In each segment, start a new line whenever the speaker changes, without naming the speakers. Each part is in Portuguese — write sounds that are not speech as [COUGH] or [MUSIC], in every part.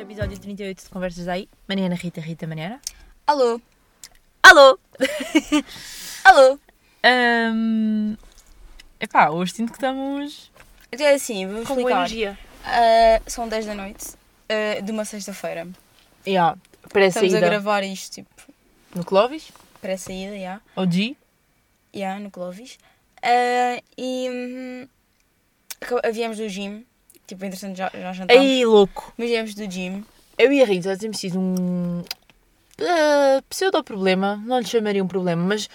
episódio 38 de Conversas Daí. Mariana Rita, Rita Mariana.
Alô?
Alô!
[LAUGHS] Alô?
Hum, epá, hoje sinto que estamos.
Então é assim, vou
Com
explicar.
energia.
Ah, são 10 da noite, ah, de uma sexta-feira.
Yeah, parece
Estamos a
saída
gravar isto, tipo,
no Clovis,
pré-saída, já,
ou G.
já, no Clovis. Ah, e hum, acab- viemos do gym, tipo, entretanto já, já jantámos,
Aí, louco!
mas viemos do gym.
Eu e a Rita temos tido um eh, pseudo-problema, não lhe chamaria um problema, mas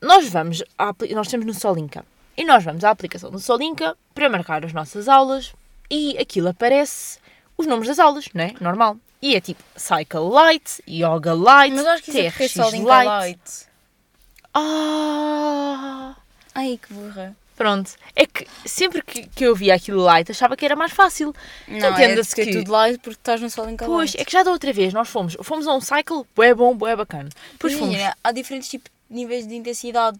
nós vamos, à apli- nós temos no Solinka, e nós vamos à aplicação do Solinka para marcar as nossas aulas, e aquilo aparece os nomes das aulas, não é? Normal. E é tipo Cycle Light, Yoga Light,
Mas eu acho que isso é porque é
TRX
só link
Light.
light.
Ah!
Ai, que burra.
Pronto. É que sempre que, que eu via aquilo light achava que era mais fácil.
Não, é
Entenda-se
porque é
que-
tudo light porque estás no só link
Pois, é que já da outra vez nós fomos, fomos a um cycle, é bom, é bacana. Depois fomos.
Imagina, há diferentes tipos de níveis de intensidade.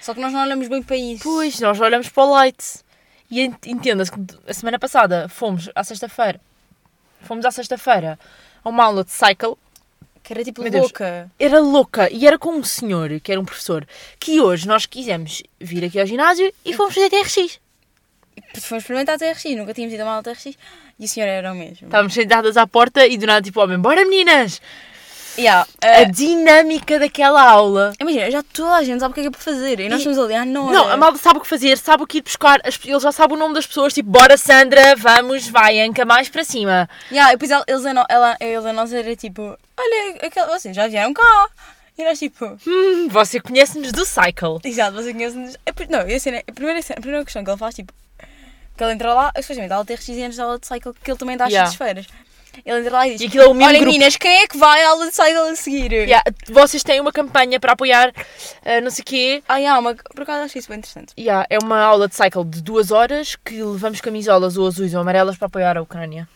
Só que nós não olhamos bem para isso.
Pois, nós olhamos para o light. E ent- entenda-se que a semana passada fomos à sexta-feira. Fomos à sexta-feira a uma aula de cycle.
Que era tipo
Meu Deus.
louca.
Era louca e era com um senhor, que era um professor, que hoje nós quisemos vir aqui ao ginásio e fomos fazer TRX.
Porque Tipo, Fomos experimentar a TRX, nunca tínhamos ido a uma aula de TRX e o senhor era o mesmo.
Estávamos sentadas à porta e do nada tipo, homem, bora meninas!
Yeah,
A
uh,
dinâmica daquela aula.
imagina, já toda a gente sabe o que é que é para fazer e nós
E-
estamos ali, ah, não,
Não, a malta sabe o que fazer, sabe o que ir buscar, as, eles já sabem o nome das pessoas, tipo, bora Sandra, vamos, vai, anca mais para cima.
Yeah, e depois ela- eles a, no, ela, eles a nós era tipo, olha, aquela, vocês já vieram cá. E nós tipo,
Hum, você conhece-nos do Cycle.
exato, vocês conhecem-nos. É por- Não, e a, cena, a, primeira, cena- a primeira questão que ele faz, tipo, que ele entra lá, especialmente a aula de TRX e antes da aula de cycle, que ele também dá às
Yeah.
sextas-feiras. Ele entra lá e diz,
E aquilo é o mesmo
olha
grupo.
meninas, quem é que vai à aula de cycle a seguir?
Yeah, vocês têm uma campanha para apoiar ah, não sei quê.
Ah, yeah, uma, por acaso acho isso bem interessante.
Yeah, é uma aula de cycle de duas horas que levamos camisolas ou azuis ou amarelas para apoiar a Ucrânia.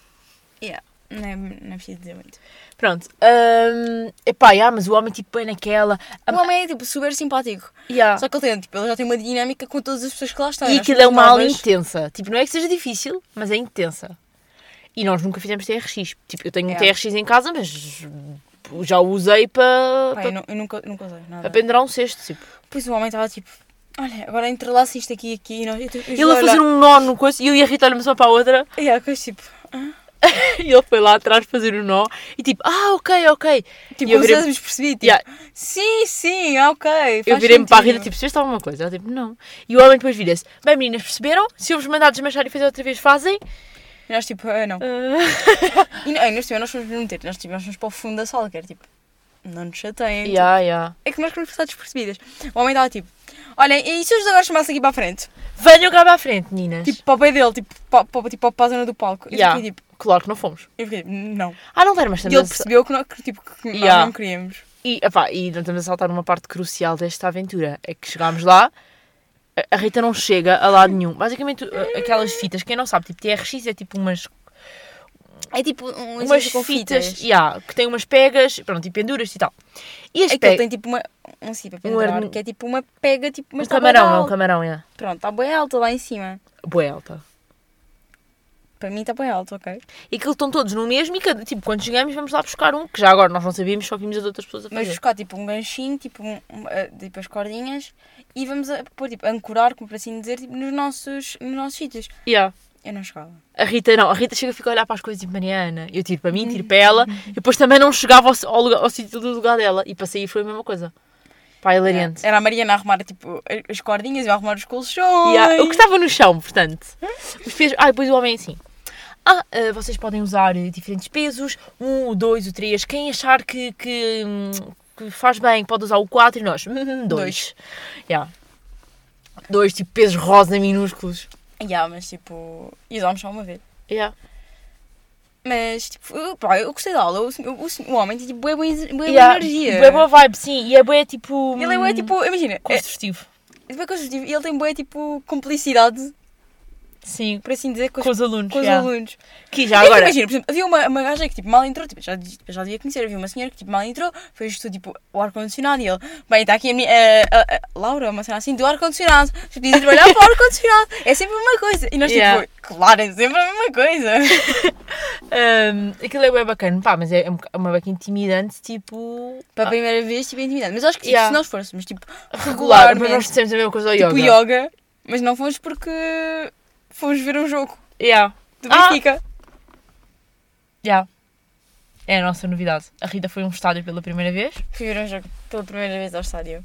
Yeah, não é, não é preciso dizer muito.
Pronto. hum, epá, yeah, mas o homem tipo é naquela.
O homem é tipo super simpático.
Yeah.
Só que ele, tem, tipo, ele já tem uma dinâmica com todas as pessoas que lá estão.
Ah. E
Nós
aquilo é
somos
uma aula
novas.
intensa. Tipo, não é que seja difícil, mas é intensa. E nós nunca fizemos TRX. Tipo, eu tenho um
É.
TRX em casa, mas já o usei para
Pá, eu, nu- eu nunca, nunca usei nada.
para pendurar um cesto. Tipo.
Depois o homem estava tipo, olha, agora entrelaça isto aqui e aqui. E nós, eu, tipo, eu, eu
Ele a fazer um nó no coiso e eu e a Rita olhamos uma para a outra [LAUGHS]
E yeah, coisa, tipo,
e ele foi lá atrás fazer o nó e tipo, ah, ok, ok.
tipo
e eu
como
virei-me
se tivéssemos percebido. Tipo,
Yeah.
Sim, sim, ah, ok.
eu
faz
virei para a Rita
sentido."
tipo, percebeste alguma coisa? Ela tipo, não. E o homem depois vira-se, bem meninas, perceberam? Se eu vos mandar desmanchar e fazer outra vez, fazem.
E nós tipo, ah, não.
[LAUGHS] Ah,
E não, e nós, tipo, nós fomos meter, nós, tipo, nós fomos para o fundo da sala, que era tipo, não nos chateiem. tipo,
yeah, yeah.
É que nós queremos passar despercebidas. O homem estava tipo, olha, e se eu vos agora chamasse aqui para a frente?
Venham cá para a frente, meninas.
Tipo, para o pé dele, tipo, para, para, tipo, para a zona do palco. E
Yeah.
eu fiquei tipo,
Claro que não fomos.
eu fiquei, não.
Ah, não deram, mas
E
estamos
ele
a-
percebeu que, nós, que, tipo, que
Yeah.
nós não queríamos.
E, epá, e não estamos a saltar uma parte crucial desta aventura. É que chegámos lá, a- a Rita não chega a lado nenhum. Basicamente, a- aquelas fitas, quem não sabe, tipo TRX é tipo umas,
É tipo um
umas fitas yeah, que tem umas pegas, pronto, e penduras e tal. E as
É que
pegas.
ele tem tipo uma. Um sim, para
Um
pendurar,
arne-
que é tipo uma pega, tipo. Mas
Um
está bué
camarão, é um
alta.
camarão, é.
Pronto, está bem alta lá em cima.
Boa alta.
Para mim está bem alto, ok?
E aquilo estão todos no mesmo e cada, tipo, quando chegamos vamos lá buscar um, que já agora nós não sabíamos, só vimos as outras pessoas a
Mas
fazer.
buscar tipo um ganchinho, tipo, um, um, eh, tipo as cordinhas e vamos a, pôr, tipo, ancorar, como para assim dizer, tipo, nos nossos, nos nossos sítios.
Yeah.
Eu não chegava.
A Rita não, a Rita chega e fica a olhar para as coisas e Mariana, eu tiro para mim, tiro
Uhum.
para ela, e depois também não chegava ao, ao, lugar- ao sítio do lugar dela, e para sair foi a mesma coisa. Pá, é hilariante.
Era a Mariana a arrumar tipo as cordinhas, eu a arrumar os colchões.
Yeah, Eu que estava no chão, portanto. Os pesos, ah, e depois o homem é assim. Ah, ah, vocês podem usar eh, diferentes pesos, um, o dois, o três, quem achar que, que, hum, que faz bem pode usar o quatro e nós, hum, dois.
Dois.
Yeah. Dois, tipo, pesos rosa minúsculos.
Yeah, mas tipo, e usámos só uma vez.
Yeah.
Mas tipo, eu, pá, eu gostei da aula. O, sen- o, sen- o homem tem tipo boa, boa, boa,
Yeah.
energia.
Bué boa vibe, sim, e é bué, tipo...
Ele é bué, tipo, imagina, é,
Construtivo.
é bué construtivo e ele tem boa tipo cumplicidade
Sim,
por assim dizer, com os,
com os alunos.
com os
yeah.
alunos.
Que já
É que
agora.
Imagina, por exemplo, havia uma, uma gaja que tipo, mal entrou, tipo, já, tipo, já devia conhecer, havia uma senhora que tipo, mal entrou, foi ajustou tipo, o ar-condicionado e ele, bem, está aqui a, minha, a- a- a Laura, uma cena assim, do ar-condicionado, já podia trabalhar para o ar-condicionado, é sempre a mesma coisa. E nós
Yeah.
tipo, claro, é sempre a mesma coisa.
Ahm, aquilo é bem bacana, pá, mas é um boca- uma beca intimidante, tipo.
Para a primeira vez, tipo, é intimidante. Mas acho que tipo,
Yeah.
se nós fôssemos, tipo,
[LAUGHS] regular, mas nós
regularmente,
dissemos a mesma coisa ao
tipo,
yoga.
yoga. mas não fomos porque fomos ver um jogo
Yeah.
do
Ah!
Benfica.
Yeah. É a nossa novidade. A Rita foi a um estádio pela primeira vez.
Fui ver um jogo pela primeira vez ao estádio.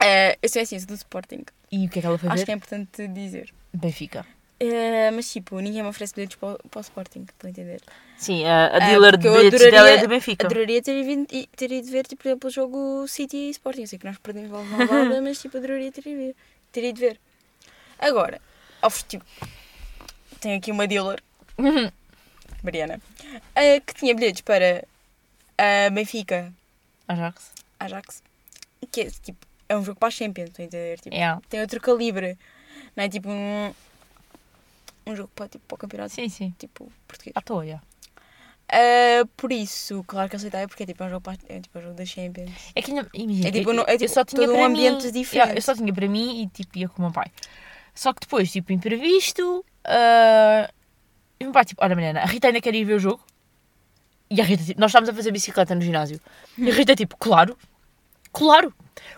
Eh, eu sou assim, eu sou do Sporting.
E o que é que ela foi
Acho
ver?
que é importante dizer.
Benfica.
É, mas tipo, ninguém me oferece bilhetes para, o- para o Sporting, para entender.
Sim, a,
Ah,
dealer de
porque eu
bilhetes
adoraria-
dela é do Benfica.
Adoraria ter, vindo, e- ter ido ver, tipo, por exemplo, o jogo City e Sporting. Eu sei que nós perdemos logo uma
[LAUGHS]
bola, mas tipo, adoraria ter ido ver. Ter ido ver. Agora, oferece, tipo, tenho aqui uma dealer,
Uhum.
Mariana, eh, que tinha bilhetes para a Benfica
[LAUGHS] Ajax.
Ajax, que é tipo, é um jogo para a Champions, estão a entender? Tipo,
Yeah.
Tem outro calibre, não é tipo um, um jogo para, tipo, para o campeonato
Sim, sim.
tipo, português.
À toa, yeah.
Uh, por isso, claro que aceitei, porque é tipo é um jogo, pa- é, tipo, é um jogo da Champions.
É que ainda- imagina,
É tipo,
eu-
não- é
eu
tipo
só tinha
todo um
para
ambiente
mim-
diferente.
Yeah, eu só tinha para mim e tipo ia com o meu pai. Só que depois, tipo, imprevisto. ah, e o meu pai, tipo, olha, Mariana, a Rita ainda quer ir ver o jogo. E a Rita, tipo, nós estávamos a fazer bicicleta no ginásio. E a Rita, tipo, claro, claro.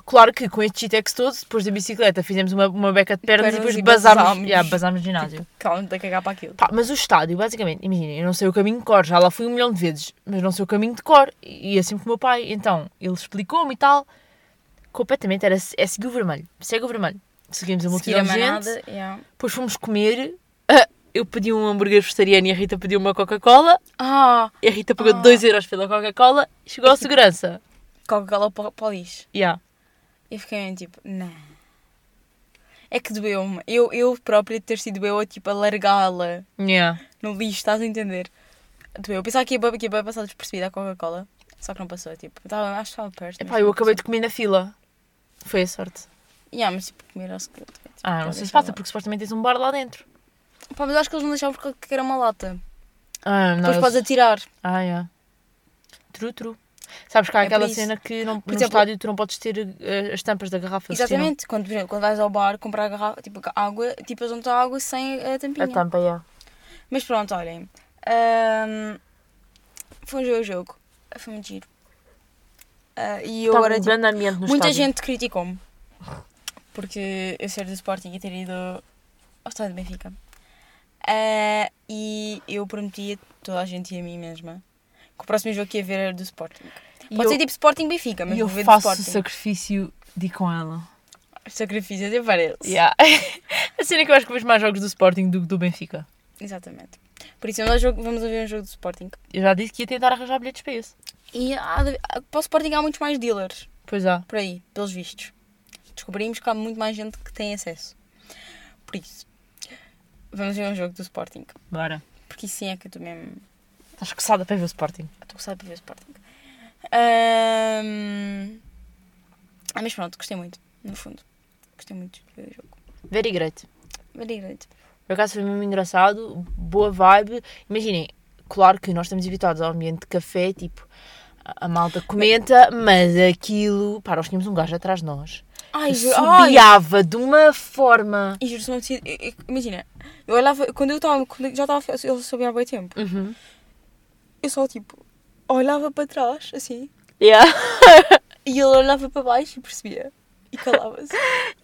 Claro que com este Gitex todo, depois da bicicleta, fizemos uma, uma beca de pernas, e
Pernas
depois
e
basámos,
basámos.
yeah, basámos no ginásio.
Calma, estou a cagar para aquilo.
Pá, mas o estádio, basicamente, imaginem, eu não sei o caminho de cor, já lá fui um milhão de vezes, mas não sei o caminho de cor, e assim com o meu pai, então ele explicou-me e tal, completamente, era, é seguir o vermelho, segue o vermelho. Seguimos a
Seguir a
multidão de gente,
manada, yeah.
depois fomos comer, ah, eu pedi um hambúrguer vegetariano e a Rita pediu uma Coca-Cola,
Ah,
e a Rita pagou
Ah.
2 euros pela Coca-Cola, e chegou
[LAUGHS]
ao segurança.
Coca-Cola para, para o lixo.
Yeah.
E fiquei mesmo tipo, não. É que doeu-me. Eu, eu própria de ter sido eu, tipo, a largá-la
Yeah.
no lixo, estás a entender? Doeu. Eu pensava que ia, bué- que ia bué passar despercebida a Coca-Cola, só que não passou, tipo, eu estava, acho que estava perto. mas
Epá, eu
não
acabei de
passou.
comer na fila, foi a sorte.
Yeah, mas tipo, comer acho que. tipo,
Ah, não
pode
sei se
deixar
passa,
lá.
porque supostamente tens um bar lá dentro.
Pá, mas acho que eles não deixavam porque era uma lata.
Ah, não,
Depois
eles-
podes atirar.
Ah, é. True, true. Sabes que há
É por
aquela
isso.
cena que não, no
exemplo-
estádio tu não podes ter eh, as tampas da garrafa. se tiram.
Exatamente, quando, por exemplo, quando vais ao bar comprar garrafa, tipo água, tipo eles não te dão água sem a tampinha.
A tampa, é.
Mas pronto, olhem. Ahm, foi um jogo, jogo. Foi muito giro. Ah, e eu
Estava
agora,
um
tipo,
grande ambiente no
muita
estádio.
gente criticou-me. Porque eu ser do Sporting e ter ido ao estádio de Benfica. Ah, e eu prometi a toda a gente e a mim mesma que o próximo jogo que ia ver era do Sporting.
E
Pode
eu-
ser tipo Sporting Benfica, mas
E eu
vou ver
faço
do
o
Sporting.
sacrifício de ir com ela.
Sacrifício até parece.
Yeah. [LAUGHS] a cena é que eu acho que vejo mais jogos do Sporting do que do Benfica.
Exatamente. Por isso, nós jogo- vamos ver um jogo do Sporting.
Eu já disse que ia tentar arranjar bilhetes para isso.
E há de- para o Sporting há muitos mais dealers
Pois há.
por aí, pelos vistos. Descobrimos que há muito mais gente que tem acesso. Por isso, vamos ver um jogo do Sporting.
Bora.
Porque isso sim é que eu estou mesmo.
Estás coçada Tá para ver o Sporting.
Estou gostado para ver o Sporting. Ahm, Ah, mas pronto, gostei muito, no fundo. Gostei muito de ver o jogo.
Very great.
Very great.
Por acaso foi mesmo engraçado, boa vibe. Imaginem, claro que nós estamos habituados ao ambiente de café, tipo, a a malta comenta, mas aquilo. Pá, nós tínhamos um gajo atrás de nós.
Ai,
que
ju- ai,
Subiava de uma forma.
E juro-se, não tinha- eu- eu- imagina, eu olhava, quando eu estava, quando eu já estava, eu sabia há bem tempo,
Uhum.
eu só tipo, olhava para trás, assim,
Yeah.
e ele olhava para baixo e percebia, e [LAUGHS] calava-se.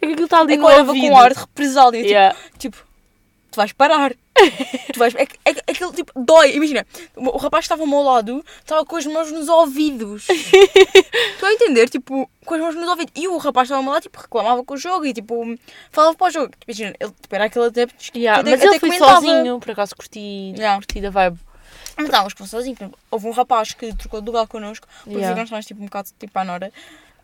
Aquilo está ali
É que
no
eu olhava
ouvido.
com ar de represália, tipo,
Yeah.
tipo, tu vais parar, [LAUGHS] tu vais, é, que- é, que- aquele tipo, dói, imagina, o, o rapaz que estava ao meu lado, estava com as mãos nos ouvidos,
[LAUGHS]
estou a entender, tipo, com as mãos nos ouvidos, e o rapaz que estava ao meu lado, tipo, reclamava com o jogo, e tipo, falava para o jogo, Tipo, imagina, ele, tipo, era aquele adepto
Yeah,
até-
Mas
até
ele foi
comentava.
sozinho, por acaso curti,
Yeah.
curti da vibe.
Mas não, mas com sozinho. por exemplo, Houve um rapaz que trocou de lugar connosco, porque
Yeah.
yeah. nós estávamos tipo, um bocado tipo à Nora.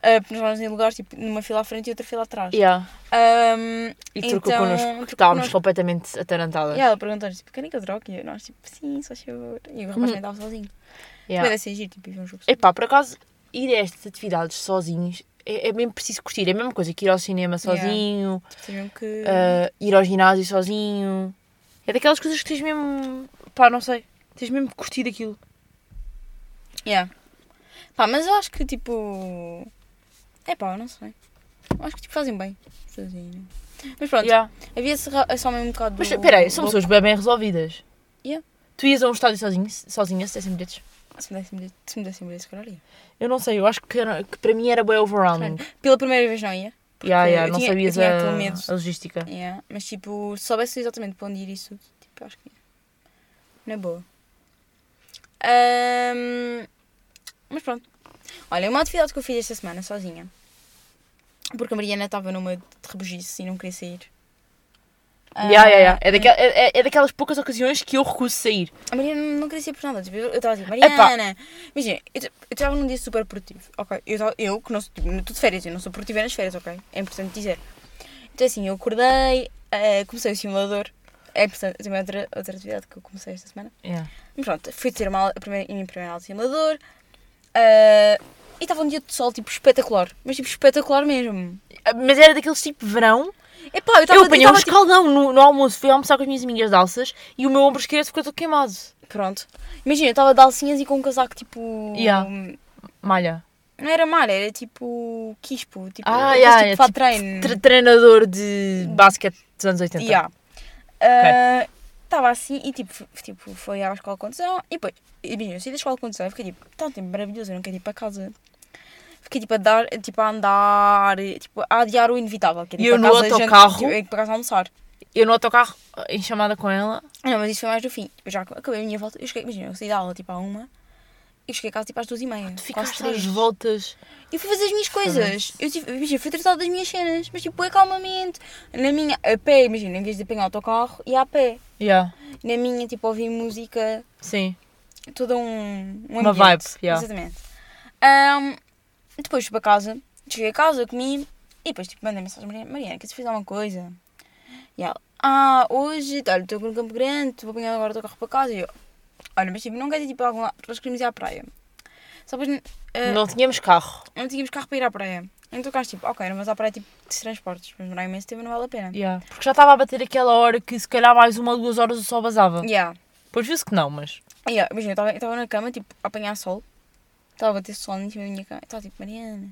ah, porque nós estávamos em lugares tipo, numa fila à frente e outra fila atrás.
Yeah.
Ahm,
E trocou
então,
connosco,
trocou
porque estávamos
connosco.
completamente atarantadas.
E ela perguntou-nos, tipo, querem que eu troque? E nós, tipo, sim, só favor. E o rapaz também estava sozinho.
Uhum. Yeah.
Yeah. Mas deve ser giro, tipo, ir ver um jogo.
Epá, por acaso, ir a estas atividades sozinhos é, é mesmo preciso curtir. É a mesma coisa que ir ao cinema
Yeah.
sozinho,
Tinham que.
ah, ir ao ginásio sozinho. É daquelas coisas que tens mesmo. pá, não sei. Tens mesmo de curtir aquilo.
Yeah. Pá, mas eu acho que tipo. É pá, eu não sei. Eu acho que tipo fazem bem. Sozinho. Mas pronto,
Yeah.
havia esse ra- só mesmo um bocado.
Mas
do-
espera aí, são
do-
pessoas bem, bem resolvidas.
Yeah.
Tu ias a um estádio sozinho, sozinha, se dessem bilhetes?
Se me dessem bilhete- se me dessem bilhete, se calhar ia.
Eu não sei, eu acho que, era- que para mim era bem overwhelming.
Pela primeira vez não ia.
Yeah, yeah,
eu
não
tinha- eu
sabias
tinha
a,
aquele medo.
a logística.
Yeah, Mas tipo, se soubesse exatamente para onde ir isso, tipo, acho que ia. Na boa. Ahm, Mas pronto. Olha, uma atividade que eu fiz esta semana sozinha. Porque a Mariana estava numa de rebugice e não queria sair. Ah,
Yeah, yeah, yeah. É, daquel- é- é- é daquelas poucas ocasiões que eu recuso sair.
A Mariana não queria sair por nada. Tipo, eu eu estava tipo,
Epá.
Mariana. Imagina, eu t- eu estava num dia super produtivo. Ok? Eu, tava- eu que não sou. Tipo, estou de férias, eu não sou produtiva nas férias, ok? É importante dizer. Então assim, eu acordei, eh, comecei o simulador. É importante, também outra, outra atividade que eu comecei esta semana.
Yeah.
Mas pronto, fui ter uma aula, a, primeira, a minha primeira aula de simulador. eh, e estava um dia de sol, tipo, espetacular. Mas tipo, espetacular mesmo.
Mas era daqueles tipo de verão.
Epá, eu estava
eu apanhei um
tava, tipo,
escaldão no, no almoço, fui almoçar com as minhas amigas de alças e o meu ombro esquerdo ficou todo queimado.
tipo, Pronto. Imagina, eu estava de alcinhas e com um casaco tipo.
Yeah. Malha.
Não era malha, era tipo quispo, tipo,
Ah,
aqueles
yeah,
tipo
é
fato de
tipo
treino.
Tre- treinador de basquete dos anos 80.
Yeah. Ah, Estava assim e tipo, f- tipo, foi à escola de condução e depois, imagina, eu saí da escola de condução e fiquei tipo, está um tempo maravilhoso, eu não quero ir para casa. Fiquei tipo a dar, tipo a andar, tipo a adiar o inevitável. Que era,
E
tipo,
eu
a
no
casa jan-
autocarro?
Tipo, eu ir para casa almoçar.
Eu no autocarro, em chamada com ela,
Não, mas isso foi mais do fim. Tipo, Eu já acabei a minha volta, eu cheguei, imagina, eu saí da aula tipo à uma e cheguei a casa tipo às duas e meia.
Ah, tu
quase
ficaste
três.
às voltas.
Eu fui fazer as minhas coisas. Eu tive, imagina, fui tratar das minhas cenas, mas tipo, é calmamente. Na minha, a pé, imagina, em vez de apanhar o autocarro, ia a pé.
Yeah.
Na minha, tipo, ouvi música,
Sim.
todo um, um
Uma
ambiente.
vibe, yeah.
Exatamente. Ahm, depois fui para casa, cheguei a casa, comi e depois, tipo, mandei mensagem à Mariana: Mariana, quer se fiz alguma coisa? E ela: Ah, hoje, olha, estou no Campo Grande, vou apanhar agora o autocarro para casa. E eu: Olha, mas tipo, não quero ir tipo, a algum lado, porque nós queremos ir à praia. Só depois. ah,
Não tínhamos carro.
não tínhamos carro para ir à praia. Então cá tipo, ok, não vamos à praia tipo de transportes, mas demorar imenso tempo não vale a pena.
Yeah. Porque já estava a bater aquela hora que se calhar mais uma ou duas horas o sol basava.
Yeah.
Pois viu-se que não, mas.
Yeah. Imagina, eu estava- eu estava na cama, tipo, a apanhar sol. Estava a bater sol em cima da minha cama. Estava tipo, Mariana,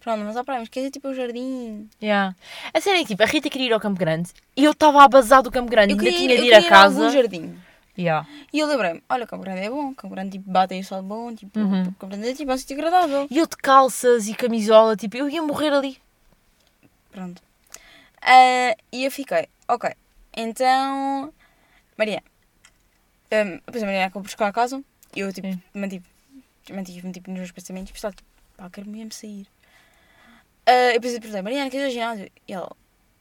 pronto, vamos à praia, mas quer ir tipo ao jardim.
Yeah. A cena é que, tipo, a Rita queria ir ao Campo Grande e eu estava a bazar do Campo Grande,
Eu
ainda
queria,
tinha
ir, eu
de ir
queria
à
ir a algum
casa.
jardim.
Yeah.
E eu lembrei-me, olha, Campo Grande é bom, Campo Grande tipo, bate aí o sol bom, tipo,
Uhum.
Campo Grande é tipo, é um sítio agradável.
E eu de calças e camisola, tipo, eu ia morrer ali.
Pronto. Ah, e eu fiquei, ok, então. Maria. Um, depois a Maria acabou por chegar a casa e eu tipo,
Sim.
mantive, mantive-me tipo, nos meus pensamentos e pensava, tipo, pá, quero mesmo sair. Ah, eu pensei, perguntei, Mariana, queres ir ao ginásio? E ela,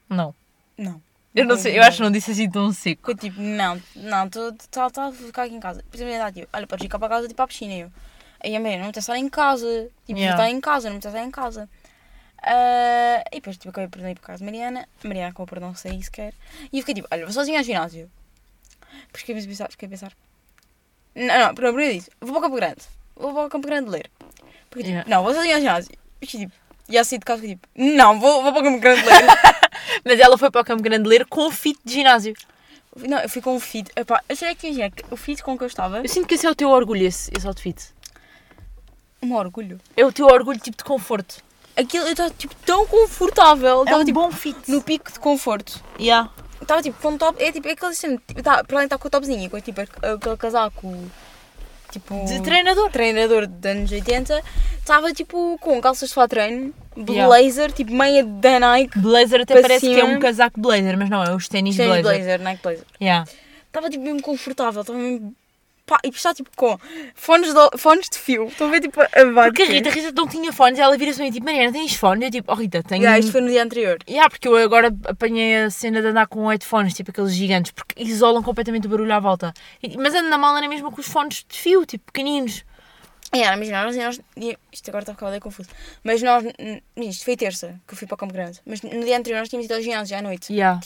Não.
não.
Eu não sei, eu acho que não disse assim tão seco.
Eu tipo, não, não, estou a ficar aqui em casa. Depois a Maria tipo, olha, podes ir cá para casa, tipo, à piscina. E eu, aí a Maria, não me tens de estar em casa. Tipo,
Yeah.
está em casa, não me tens de estar em casa. Ah, e depois, tipo, acabei por não ir para casa de Mariana. A Mariana acabou por não sair sequer. E eu fiquei tipo, olha, vou sozinha ao ginásio. Depois fiquei a pensar, fiquei a pensar. Não, não, porque a Maria disse, vou para o Campo Grande. Vou para o Campo Grande ler. Porque, tipo,
Yeah.
não, vou sozinha ao ginásio. E fiquei, tipo, e assim de casa, fiquei tipo, não, vou, vou para o Campo Grande ler. [LAUGHS]
Mas ela foi para o Campo Grande ler com o fit de ginásio.
não, eu fui com o feed. Epá, eu sei que imagina, que o feed com que eu estava.
Eu sinto que esse é o teu orgulho, esse, esse outfit.
um orgulho.
É o teu orgulho, tipo, de conforto.
Aquilo, eu estava tipo tão confortável,
É
estava
um
tipo
bom fit.
no pico de conforto.
Yeah.
Estava tipo com um top, é tipo é aquele cena, tipo, tá, para além de estar com o topzinho, e com tipo aquele casaco tipo
De treinador.
treinador de anos 80, estava tipo com calças de fato de treino,
Yeah.
blazer, tipo meia da Nike,
Blazer até
Para
parece que é
cima.
um casaco blazer, mas não, é os ténis
tênis
blazer.
blazer, Nike blazer.
Yeah.
Estava tipo mesmo confortável, estava mesmo pá, e estava tipo com fones de, fones de fio, estão a ver tipo a vibe.
Porque a Rita, a Rita não tinha fones, ela vira-se para mim tipo, Mariana, tens fones? Eu tipo, oh Rita, tenho.
Yeah, isto foi no dia anterior.
Yeah, porque eu agora apanhei a cena de andar com headphones, tipo aqueles gigantes, porque isolam completamente o barulho à volta. E- Mas ando na mala na mesma com os fones de fio, tipo pequeninos.
Yeah, imagina, É, nós, nós, e- isto agora está a ficar bem confuso. Mas nós, n- isto foi terça que eu fui para o Campo Grande. Mas no dia anterior nós tínhamos ido ao ginásio já à noite.
Yeah.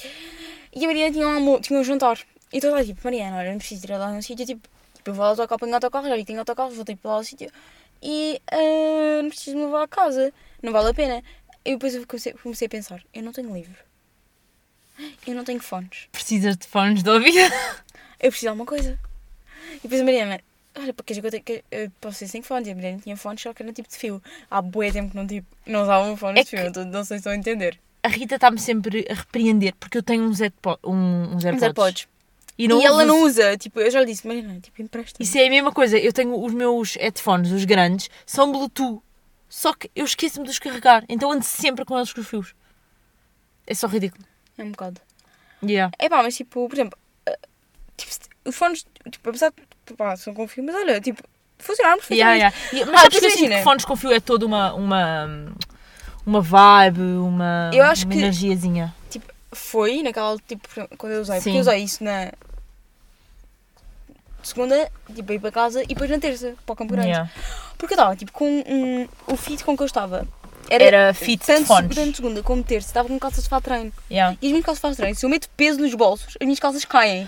E a Mariana tinha um, almo- tinha um jantar. E então estava tipo, Mariana, olha, não preciso ir lá num sítio. Tipo, tipo, eu vou ao autocarro, apanho o autocarro, já vi que tenho autocarro, vou tipo lá ao sítio. E ah, não preciso me levar a casa. não vale a pena. E depois eu comecei, comecei a pensar, eu não tenho livro. Eu não tenho fones.
Precisas de fones de ouvido?
Eu preciso de alguma coisa. E depois a Mariana, olha, porque que eu, tenho, que eu posso ser sem fones. E a Mariana tinha fones, só que era tipo de fio. Há bué tempo que não, tipo, não usavam fones
É
de fio, então não sei se estão a entender.
A Rita está-me sempre a repreender porque eu tenho uns, AirPo- um, uns AirPods.
Mas AirPods.
E,
E,
não
ela
uso.
não usa, tipo, eu já lhe disse, Mariana, tipo, empresta.
Isso é a mesma coisa. Eu tenho os meus headphones, os grandes, são Bluetooth. Só que eu esqueço-me de os carregar. Então ando sempre com eles com os fios. É só ridículo.
É um bocado.
Yeah.
É pá, mas tipo, por exemplo, eh, tipo, se- os fones, tipo, apesar de, pá, são com fio, mas olha, tipo, funcionaram
Yeah,
perfeitamente.
yeah. E- Mas
Ah,
sabes que eu
pois
sinto
imagina.
que fones com fio é toda uma, uma, uma vibe, uma,
Eu acho
uma
que-
energiazinha.
Foi naquela, altura, tipo, quando eu usei,
Sim.
porque eu usei isso na segunda, tipo, ir para casa e depois na terça, para o Campo Grande.
Yeah.
Porque eu estava, tipo, com um, o fit com que eu estava.
Era fit de
tanto,
fones.
tanto segunda como terça, estava com calças de fato de treino.
Yeah.
E as minhas calças de fato de treino, se eu meto peso nos bolsos, as minhas
[LAUGHS]
calças caem.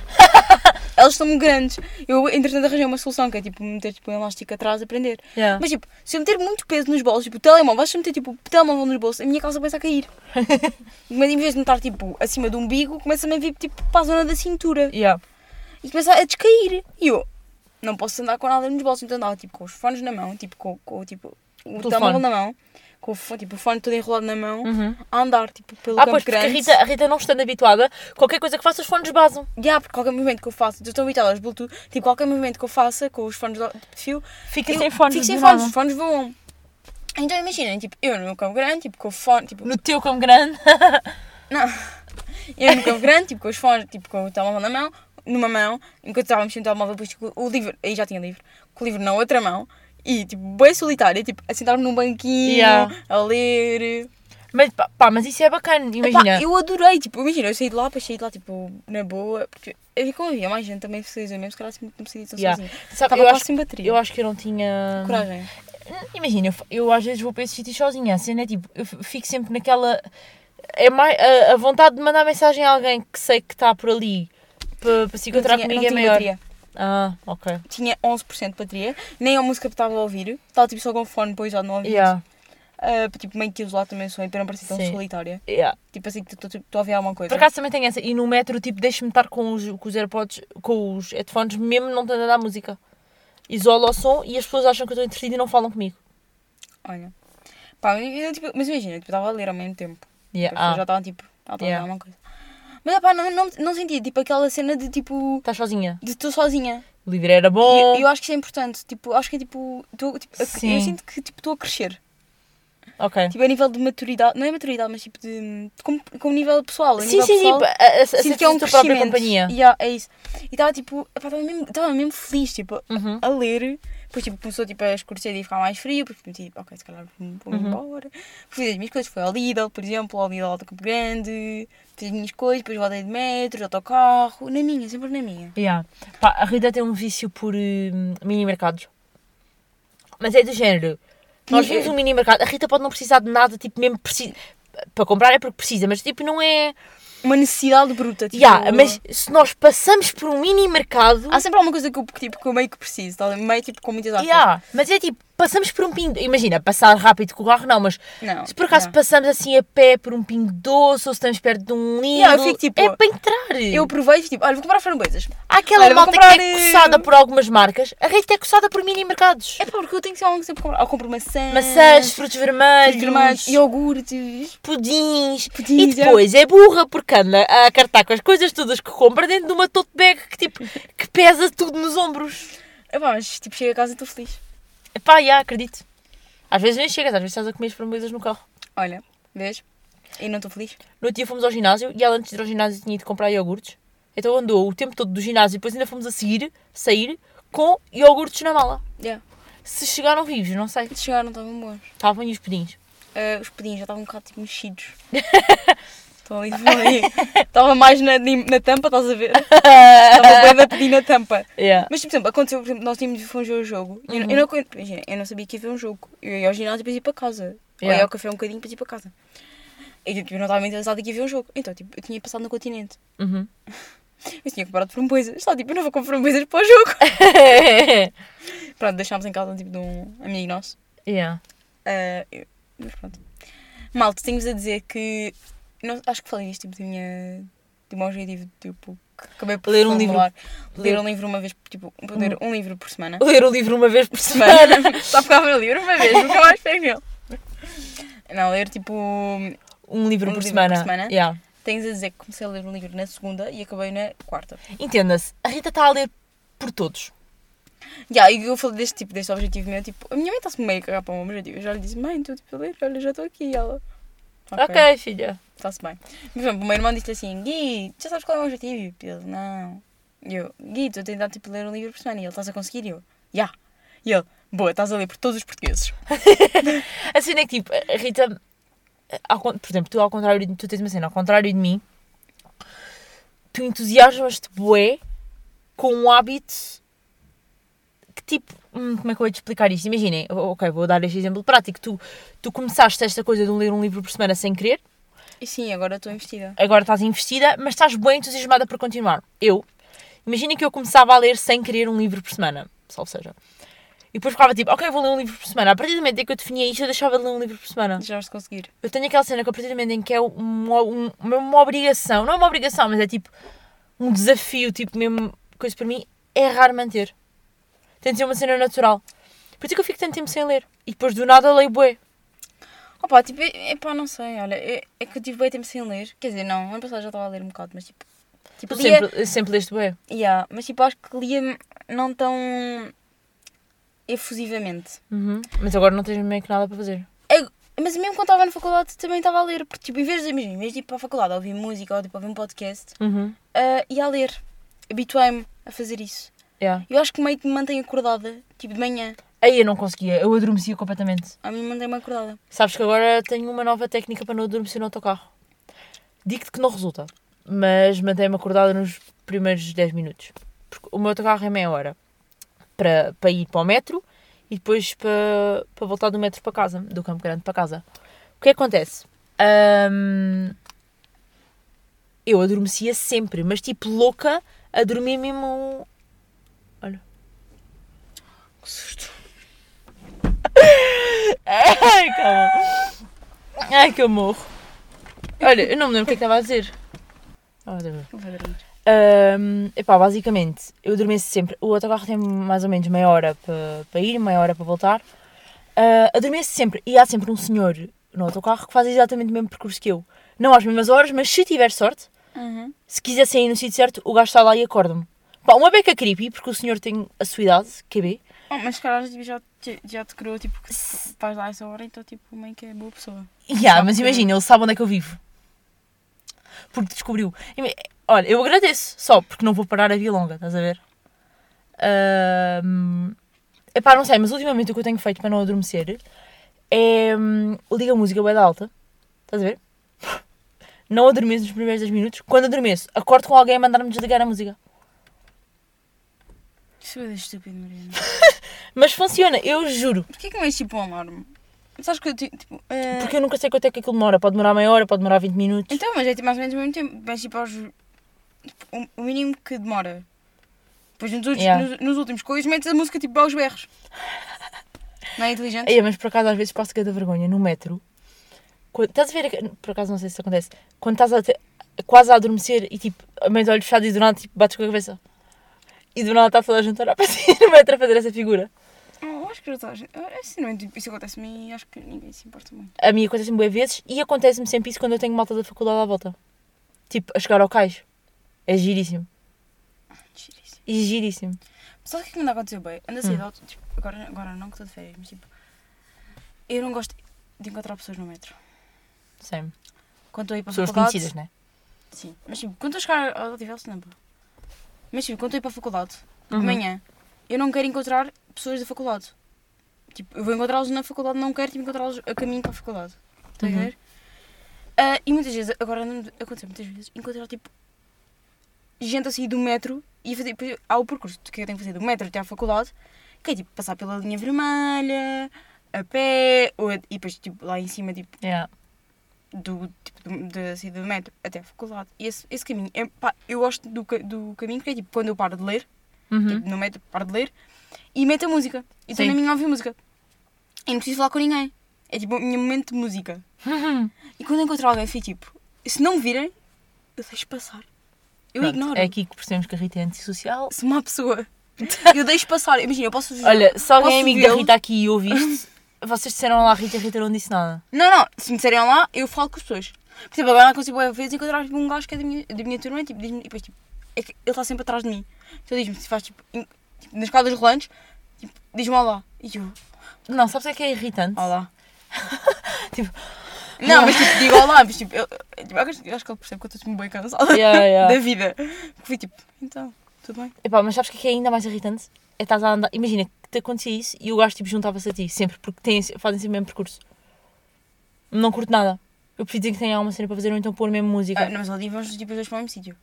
Elas são muito grandes. Eu, entretanto, arranjei uma solução que é, tipo, meter, tipo, um elástico atrás a prender.
Yeah.
Mas tipo, se eu meter muito peso nos bolsos, tipo, o telemóvel, vais meter tipo o telemóvel nos bolsos, a minha calça começa a cair.
[LAUGHS]
Mas em vez de estar tipo acima do umbigo, começa-me a vir tipo para a zona da cintura
Yeah.
e começa a descair. E eu não posso andar com nada nos bolsos, então andava tipo com os fones na mão, tipo com, com tipo, o
Telefone.
telemóvel na mão, com o fone, tipo, o fone todo enrolado na mão,
Uhum.
a andar tipo pelo
Ah,
campo
pois, porque a
grande.
Rita, a Rita não estando habituada, qualquer coisa que faça, os fones basam.
E há, porque qualquer movimento que eu faça, eu estou habituada aos Bluetooth, tipo qualquer movimento que eu faça com os fones de de fio,
Fica
Eu
sem fones.
Fico sem
do
fones,
nada.
os fones voam. Então imaginem, tipo, eu no meu campo grande, tipo, com o fone, tipo,
No teu como grande. [LAUGHS]
não. Eu no campo grande, tipo, com os fones, tipo, com o telemóvel na mão, numa mão, enquanto estávamos sem o telemóvel, depois com o livro, aí já tinha livro, com o livro na outra mão, e, tipo, bem solitária, tipo, a sentar-me num banquinho,
Yeah.
a ler.
Mas, pá, pá, mas isso é bacana, imagina.
Epá, eu adorei, tipo, imagina, eu saí de lá, depois saí de lá, tipo, na boa, porque eu como havia mais gente também socializou mesmo, se calhar assim, não me saí tão
Yeah.
sozinha.
Sabe,
Estava
eu,
quase
acho,
sem bateria.
eu acho que eu não tinha.
Coragem.
Imagina, eu, fa- eu às vezes vou para esses sítios sozinha, assim, né? Tipo, eu f- fico sempre naquela. É mais, a, a vontade de mandar mensagem a alguém que sei que está por ali para, para se
Não
encontrar
tinha-
comigo
não
é
tinha
maior.
bateria.
Ah, ok.
tinha 11% de bateria, nem a música que estava a ouvir, estava tipo só com o fone depois já no ouvido.
Yeah,
Ah, tipo, meio que isolado também sou, para não parecer tão
Sim.
solitária.
yeah.
Tipo assim, que estou a ouvir alguma coisa.
Por acaso também tenho essa. E no metro, tipo, deixo-me estar com os, com os AirPods, com os headphones, mesmo não estando a dar música. Isolo o som e as pessoas acham que eu estou entretida e não falam comigo.
Olha. Pá, eu, eu, tipo, mas imagina, tipo, estava a ler ao mesmo tempo. As
Yeah.
pessoas já
Ah,
estavam tipo, ah, estava
Yeah.
a ler alguma coisa. Mas ah, pá, não, não, não sentia tipo aquela cena de tipo,
estás sozinha.
de estou sozinha.
O livro era
E
bom.
eu, eu acho que isso é importante. Tipo, acho que é tipo, tô, tipo eu-
Oh. Sim.
eu sinto que tipo estou a crescer.
Ok.
Tipo, a nível de maturidade, não é maturidade, mas tipo de. como, como nível pessoal. a
Sim,
nível
sim, sim.
pessoal,
pa- a- a-
Sinto
Aceitas
que é um
a tua própria
crescimento.
companhia.
Yeah, é isso. E estava tipo, estava mesmo, tava mesmo feliz, tipo,
Uhum.
a ler. Depois tipo, começou tipo, a escurecer e a ficar mais frio, porque tipo, tipo, ok, se calhar vou-me vou-me
Uhum.
embora. Fiz as minhas coisas, foi ao Lidl, por exemplo, ao Lidl Alto Campo Grande, fiz as minhas coisas, depois voltei de metro, de autocarro, na minha, sempre na minha.
Yeah. Pá, a Rita tem um vício por hum, mini mercados. Mas é do género. Nós
Sim,
vimos
eu-
um mini mercado. A Rita pode não precisar de nada, tipo, mesmo precisa. Para comprar é porque precisa, mas tipo, não é.
Uma necessidade bruta, tipo.
Yeah, mas se nós passamos por um mini mercado.
Há sempre alguma coisa que eu, tipo, que eu meio que preciso, tá? meio tipo com muitas aspas.
Yeah, mas é tipo, passamos por um pingo. Imagina, passar rápido com o carro, não, mas
Não,
se por acaso
não.
passamos assim a pé por um pingo doce ou se estamos perto de um livro.
Yeah, eu fico, tipo,
é para entrar.
Eu aproveito e tipo, olha, vou comprar framboesas.
Há aquela
Olha, vou
malta
comprar,
que é
eh,
coçada por algumas marcas, a Rita é coçada por mini mercados.
É pá, porque eu tenho que ser alguém que sempre comprar. Ou compro maçãs,
Maçãs, frutos vermelhos,
frutos vermelhos, iogurtes.
pudins.
Pudins,
E depois é burra porque anda a cartar com as coisas todas que compra dentro de uma tote bag que tipo, que pesa tudo nos ombros.
Epá, mas tipo, chego a casa e estou feliz.
Epá, já, acredito. Às vezes nem chegas, às vezes estás a comer as framboesas no carro.
Olha, vês? E não estou feliz.
No outro dia fomos ao ginásio e ela antes de ir ao ginásio tinha ido comprar iogurtes. Então andou o tempo todo do ginásio e depois ainda fomos a seguir, sair, com iogurtes na mala.
Yeah.
Se chegaram vivos, não sei.
Chegaram, estavam bons.
Estavam e os pedinhos.
Ah, os pedinhos já estavam um bocado tipo, [LAUGHS] mexidos. Estão ali, estão ali. Estava mais na, na tampa, estás a ver? Estava bem da pedir na tampa.
Yeah.
Mas, tipo, por exemplo, aconteceu, por exemplo, nós tínhamos fomos ver o jogo. Eu, não- eu não, con- imagina, eu não sabia que ia ver um jogo. Eu ia ao ginásio e depois ia para casa. Ou
Yeah.
ia ao café um bocadinho e depois ia para casa. E tipo, eu não estava muito interessada que ia ver um jogo. Então, tipo, eu tinha passado no continente.
Uhum.
Eu tinha comprado framboesas. Só, tipo, eu não vou comprar framboesas para o jogo. Pronto, deixámos em casa, tipo, de um amigo nosso.
[LAUGHS] yeah.
Ah, eu- Mas pronto. Malta, tenho-vos a dizer que. não- acho que falei nisto tipo, de minha. de um objetivo, tipo. que acabei por
Ler um livro.
formular. Ler um livro uma vez, tipo, ler um livro por semana. [LAUGHS]
Ler o livro uma vez por semana.
Semana. Só ficava no um livro uma vez, nunca mais pego nele. Não, ler tipo.
[LAUGHS] Um livro
Um
por
livro por
semana.
semana.
Yeah.
Tens a dizer que comecei a ler um livro na segunda e acabei na quarta.
Entenda-se, a Rita está a ler por todos.
Já, e eu falei deste tipo, deste objetivo meu, tipo, a minha mãe está-se meio a cagar para um objetivo. Eu já lhe disse, mãe, estou tipo a ler, olha, já estou aqui. E ela.
ok, filha.
Está-se bem. Por exemplo, o meu irmão disse assim, Gui, já sabes qual é o objetivo? E ele, não. E eu, Gui, estou a tentar tipo, ler um livro por semana. E ele, estás a conseguir? E eu, já. E ele, boa, estás a ler por todos os portugueses.
A cena é que, tipo, a Rita, ao con- por exemplo, tu, ao contrário de, tu tens uma cena, ao contrário de mim, tu entusiasmas-te bué com um hábito que, tipo, hum, como é que eu vou te explicar isto? Imaginem, o- ok, vou dar este exemplo prático. Tu, tu começaste esta coisa de ler um livro por semana sem querer,
E sim, agora estou investida.
agora estás investida, mas estás bem entusiasmada para continuar. Eu, imagina que eu começava a ler sem querer um livro por semana, só seja. E depois ficava tipo, ok, vou ler um livro por semana. A partir do momento em que eu definia isto, eu deixava de ler um livro por semana.
Já de conseguir.
Eu tenho aquela cena que a partir do momento em que é uma, um- uma, uma obrigação, não é uma obrigação, mas é tipo um desafio, tipo mesmo coisa para mim, é raro manter. Tem de ser uma cena natural. Por isso é que eu fico tanto tempo sem ler. E depois do nada leio bué.
Opa, tipo, é é pá, não sei, olha, é, é que eu tive bem tempo sem ler. Quer dizer, não, ano passado já estava a ler um bocado, mas tipo. Tipo,
Tu
lia,
sempre, sempre leste bué.
yeah, mas tipo, acho que lia não tão efusivamente.
Uhum. Mas agora não tens meio que nada para fazer.
Eu- mas mesmo quando estava na faculdade também estava a ler, porque tipo, em vez de, imagina, em vez de ir para a faculdade a ouvir música ou tipo, a ouvir um podcast,
Uhum.
ah, ia a ler. Habituei-me a fazer isso.
Yeah.
Eu acho que meio que me mantém acordada, tipo de manhã.
Aí eu não conseguia, eu adormecia completamente.
A mim mantém-me acordada.
Sabes que agora tenho uma nova técnica para não adormecer no autocarro. Digo-te que não resulta, mas mantém-me acordada nos primeiros 10 minutos. Porque o meu autocarro é meia hora para, para ir para o metro e depois para, para voltar do metro para casa, do Campo Grande para casa. O que é que acontece? Ahm, eu adormecia sempre, mas tipo louca, a dormir mesmo.
Que susto.
Ai, calma! Ai, que eu morro! Olha, eu não me lembro o que é que estava a dizer. Ah, Deus meu.
Vou dormir.
Ahm, epá, basicamente, eu adormeço sempre. O autocarro tem mais ou menos meia hora para para ir, meia hora para voltar. Ah, adormeço sempre. E há sempre um senhor no autocarro que faz exatamente o mesmo percurso que eu. Não às mesmas horas, mas se tiver sorte,
Uhum.
se quiser sair no sítio certo, o gajo está lá e acorda-me. Pá, uma beca creepy, porque o senhor tem a sua idade, QB.
Oh, mas se calhar tipo, já, te- já te criou, tipo, que se vais lá a essa hora, então tipo, meio que é boa pessoa.
[LAUGHS] Yeah,
Sabe
mas
que-
imagina, ele sabe onde é que eu vivo. Porque descobriu. Ima- Olha, eu agradeço só, porque não vou parar a Via Longa, estás a ver? Ahm, Epá, não sei, mas ultimamente o que eu tenho feito para não adormecer é. hum, ligo a música bem da alta, estás a ver? Não adormeço nos primeiros 10 minutos. Quando adormeço, acordo com alguém a mandar-me desligar a música.
Isso é estúpido, Mariana.
Mas funciona, eu juro.
Porquê que não és tipo um alarme? Sabes que eu ti- tipo. eh,
Porque eu nunca sei quanto é que aquilo demora. Pode demorar meia hora, pode demorar 20 minutos.
Então, mas é tipo mais ou menos o mesmo tempo. Mas tipo aos. tipo, o- O mínimo que demora. Depois nos, últimos-
Yeah.
nos, nos últimos coisas metes a música tipo aos berros. Não é inteligente?
Ei, mas por acaso às vezes passo cada vergonha no metro. Quando, estás a ver, aque- por acaso não sei se acontece, quando estás a te- quase a adormecer e tipo, a meio de olhos fechados e do nada tipo, bates com a cabeça. E do nada está toda a gente a olhar para [LAUGHS] ti no metro a fazer essa figura.
Não, Oh, acho que já está. eu- Sinceramente, tipo, isso acontece a mim e acho que ninguém se importa muito.
A mim acontece-me boas vezes e acontece-me sempre isso quando eu tenho malta da faculdade à volta. Tipo, a chegar ao cais. É giríssimo.
Giro isso.
E giríssimo.
Sabe o que é que me anda a acontecer bem? Anda a
Hum.
sair de auto. Tipo, agora, agora não que estou de férias, mas tipo. Eu não gosto de encontrar pessoas no metro.
Sempre.
Quando estou a ir para a
Pessoas
faculdade.
conhecidas, né?
Sim. Mas tipo, quando estou a chegar ao Diverso, não. pá. Mas tipo, quando estou a ir para a faculdade, de
Uhum.
manhã, eu não quero encontrar pessoas da faculdade. Tipo, eu vou encontrá-los na faculdade, não quero tipo, encontrá-los a caminho para a faculdade. Estás a
Uhum.
ver? Ah, e muitas vezes, agora não aconteceu muitas vezes, encontrar tipo gente a sair do metro e a fazer. Depois, há o percurso que eu tenho que fazer do metro até à faculdade, que é tipo passar pela linha vermelha, a pé, ou, e depois tipo, lá em cima tipo,
Yeah.
do, tipo, do, da saída do metro até a faculdade. E esse, esse caminho, é, pá, eu gosto do, ca- do caminho porque é tipo, quando eu paro de ler,
Uhum.
tipo, no metro, paro de ler, e meto a música. E estou
Sim.
na minha a ouvir música. E não preciso falar com ninguém. É tipo o meu momento de música. E quando encontro alguém, fico tipo, se não me virem, eu deixo passar. Eu
Pronto,
ignoro.
É aqui que percebemos que a Rita é antissocial.
Se uma pessoa. Eu deixo passar. Imagina, eu posso.
Olha, se alguém é
posso um?
amigo da
vê-lo.
Rita aqui e ouve isto, [COUGHS] vocês disseram lá, Rita, a Rita não disse nada.
Não, não, se me disserem lá, eu falo com as pessoas. Por exemplo, agora não consigo boas vezes encontrar tipo, um gajo que é da minha, da minha turma tipo, diz-me- e depois tipo, é que ele está sempre atrás de mim. Então diz-me, se faz tipo, em- tipo, nas quadras rolantes, tipo, diz-me olá. E eu,
Não, sabes o que é que é irritante?
olá.
[LAUGHS] Tipo,
Não, mas tipo, digo olá, mas tipo, eu, eu- tipo, acho, eu acho que ele percebe que eu estou-me bem cansada
Yeah, yeah.
[LAUGHS] da vida. Porque fui tipo, então, tudo bem?
Epá, mas sabes o que é, que é ainda mais irritante? É estás a andar. Imagina que te acontecia isso e o gajo tipo, juntava-se a ti, sempre, porque têm, fazem sempre o mesmo percurso. Não curto nada. Eu preciso dizer que tem alguma cena para fazer ou então pôr mesmo música.
Ah, não, mas ali vamos tipo, os dois para o mesmo sítio.